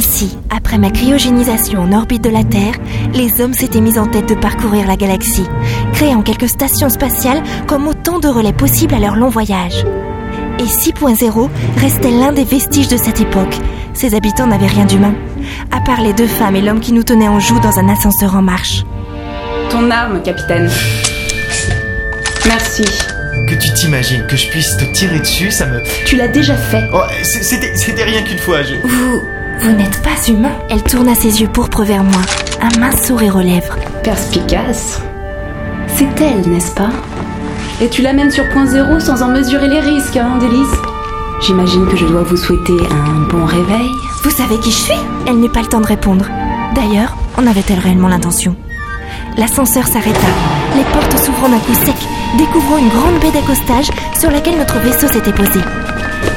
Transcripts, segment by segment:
Si, après ma cryogénisation en orbite de la Terre, les hommes s'étaient mis en tête de parcourir la galaxie, créant quelques stations spatiales comme autant de relais possibles à leur long voyage. Et 6.0 restait l'un des vestiges de cette époque. Ses habitants n'avaient rien d'humain, à part les deux femmes et l'homme qui nous tenait en joue dans un ascenseur en marche. Ton arme, capitaine. Merci. Que tu t'imagines que je puisse te tirer dessus, ça me. Tu l'as déjà fait. Oh, c- c'était c'était rien qu'une fois, je. Vous, vous n'êtes pas humain Elle tourna ses yeux pourpres vers moi, un mince sourire aux lèvres. Perspicace. C'est elle, n'est-ce pas Et tu l'amènes sur point zéro sans en mesurer les risques, hein, Délice J'imagine que je dois vous souhaiter un bon réveil. Vous savez qui je suis Elle n'eut pas le temps de répondre. D'ailleurs, en avait-elle réellement l'intention L'ascenseur s'arrêta, les portes s'ouvrant d'un coup sec, découvrant une grande baie d'accostage sur laquelle notre vaisseau s'était posé.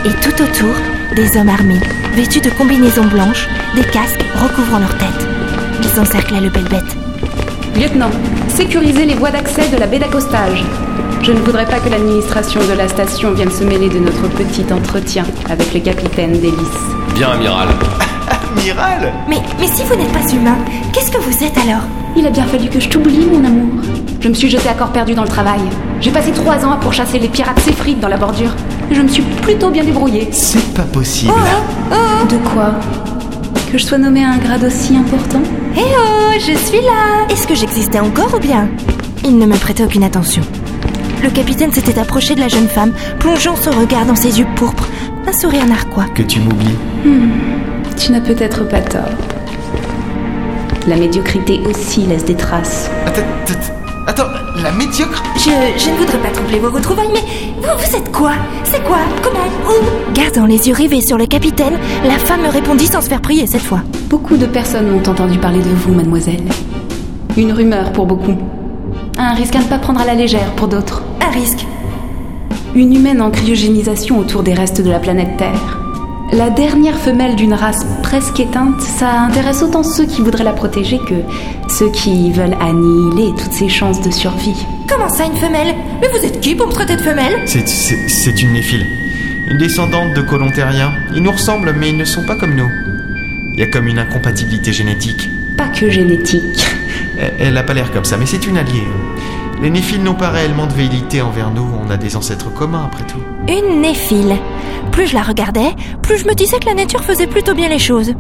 Et tout autour, des hommes armés, vêtus de combinaisons blanches, des casques recouvrant leurs têtes. Ils encerclaient le belle bête. Lieutenant, sécurisez les voies d'accès de la baie d'accostage. Je ne voudrais pas que l'administration de la station vienne se mêler de notre petit entretien avec le capitaine Délice. Bien, amiral. Amiral Mais, mais si vous n'êtes pas humain, qu'est-ce que vous êtes alors Il a bien fallu que je t'oublie, mon amour. Je me suis jetée à corps perdu dans le travail. J'ai passé trois ans à pourchasser les pirates séfrites dans la bordure. Et Je me suis plutôt bien débrouillée. C'est pas possible. De quoi Que je sois nommée à un grade aussi important Eh oh, je suis là Est-ce que j'existais encore ou bien Il ne me prêtait aucune attention. Le capitaine s'était approché de la jeune femme, plongeant son regard dans ses yeux pourpres, un sourire narquois. Que tu m'oublies. Tu n'as peut-être pas tort. La médiocrité aussi laisse des traces. Attends, attends, attends, la médiocre Je, je ne voudrais pas troubler vos retrouvailles, mais vous, vous êtes quoi C'est quoi Comment Où Gardant les yeux rivés sur le capitaine, la femme me répondit sans se faire prier cette fois. Beaucoup de personnes m'ont entendu parler de vous, mademoiselle. Une rumeur pour beaucoup. Un risque à ne pas prendre à la légère pour d'autres. Un risque. Une humaine en cryogénisation autour des restes de la planète Terre. La dernière femelle d'une race presque éteinte, ça intéresse autant ceux qui voudraient la protéger que ceux qui veulent annihiler toutes ses chances de survie. Comment ça, une femelle Mais vous êtes qui pour me traiter de femelle C'est, c'est- c'est une néphile. Une descendante de colons terriens. Ils nous ressemblent, mais ils ne sont pas comme nous. Il y a comme une incompatibilité génétique. Pas que génétique. Elle- Elle n'a pas l'air comme ça, mais c'est une alliée. Les néphiles n'ont pas réellement de velléité envers nous, on a des ancêtres communs après tout. Une néphile. Plus je la regardais, plus je me disais que la nature faisait plutôt bien les choses.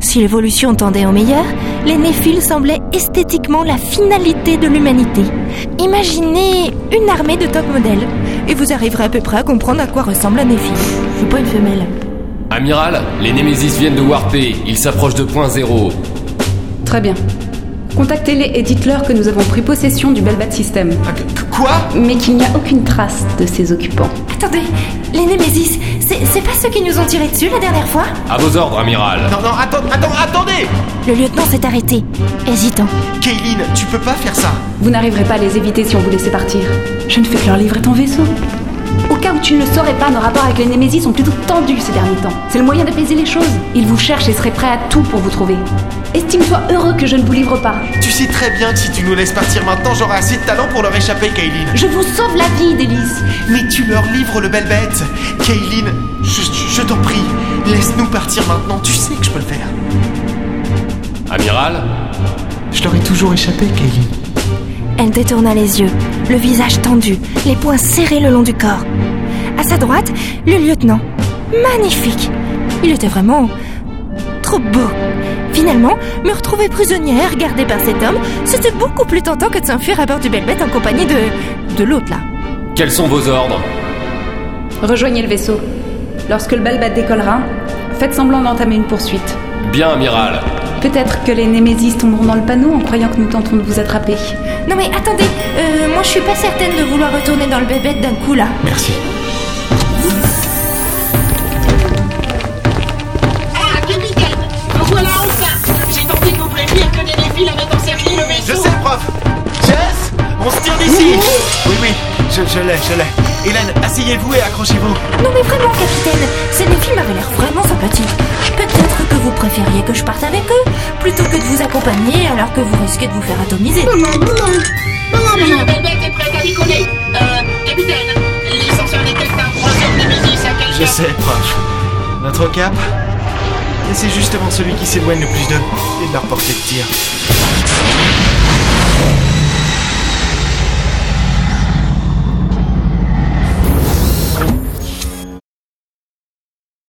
Si l'évolution tendait au meilleur, les néphiles semblaient esthétiquement la finalité de l'humanité. Imaginez une armée de top modèles, et vous arriverez à peu près à comprendre à quoi ressemble un néphile. C'est pas une femelle. Amiral, les Némésis viennent de warper. Ils s'approchent de point zéro. Très bien. Contactez-les et dites-leur que nous avons pris possession du Belbat System, Ah, qu- qu- Quoi mais qu'il n'y a aucune trace de ses occupants. Attendez, les Némésis, c'est c'est pas ceux qui nous ont tiré dessus la dernière fois À vos ordres, amiral. Non, non, attends, attends, attendez Le lieutenant s'est arrêté, hésitant. Kaylin, tu peux pas faire ça Vous n'arriverez pas à les éviter si on vous laissez partir. Je ne fais que leur livrer ton vaisseau. Au cas où tu ne le saurais pas, nos rapports avec les Némésis sont plutôt tendus ces derniers temps. C'est le moyen d'apaiser les choses. Ils vous cherchent et seraient prêts à tout pour vous trouver. Estime-toi heureux que je ne vous livre pas. Tu sais très bien que si tu nous laisses partir maintenant, j'aurai assez de talent pour leur échapper, Kaylin. Je vous sauve la vie, Délice. Mais tu leur livres le bel bête Kaylin, je, je- je t'en prie, laisse-nous partir maintenant, tu sais que je peux le faire. Amiral, Je leur ai toujours échappé, Kaylin. Elle détourna les yeux, le visage tendu, les poings serrés le long du corps. À sa droite, le lieutenant. Magnifique Il était vraiment trop beau. Finalement, me retrouver prisonnière, gardée par cet homme, c'était beaucoup plus tentant que de s'enfuir à bord du Belbête en compagnie de. de l'autre là. quels sont vos ordres Rejoignez le vaisseau. Lorsque le Balbat décollera, faites semblant d'entamer une poursuite. Bien, amiral. Peut-être que les Némésis tomberont dans le panneau en croyant que nous tentons de vous attraper. Non mais attendez, euh, moi je suis pas certaine de vouloir retourner dans le Belbête d'un coup là. Merci. Ah, capitaine Me voilà enfin J'ai tenté de vous prévenir que les défis avaient encerclé le Je vaisseau sais, prof Jess On se tire d'ici Oui, oui, je, je l'ai, je l'ai. Hélène, asseyez-vous et accrochez-vous. Non mais vraiment, capitaine, ces défis m'avaient l'air vraiment sympathiques. Peut-être que vous préfériez que je parte avec eux, plutôt que de vous accompagner alors que vous risquez de vous faire atomiser. La belle-bête est prête à décoller Euh, capitaine, l'ascenseur détecte un troisième Némésis à Je quelqu'un sais, prof. Notre cap Et c'est justement celui qui s'éloigne le plus d'eux et de leur portée de tir.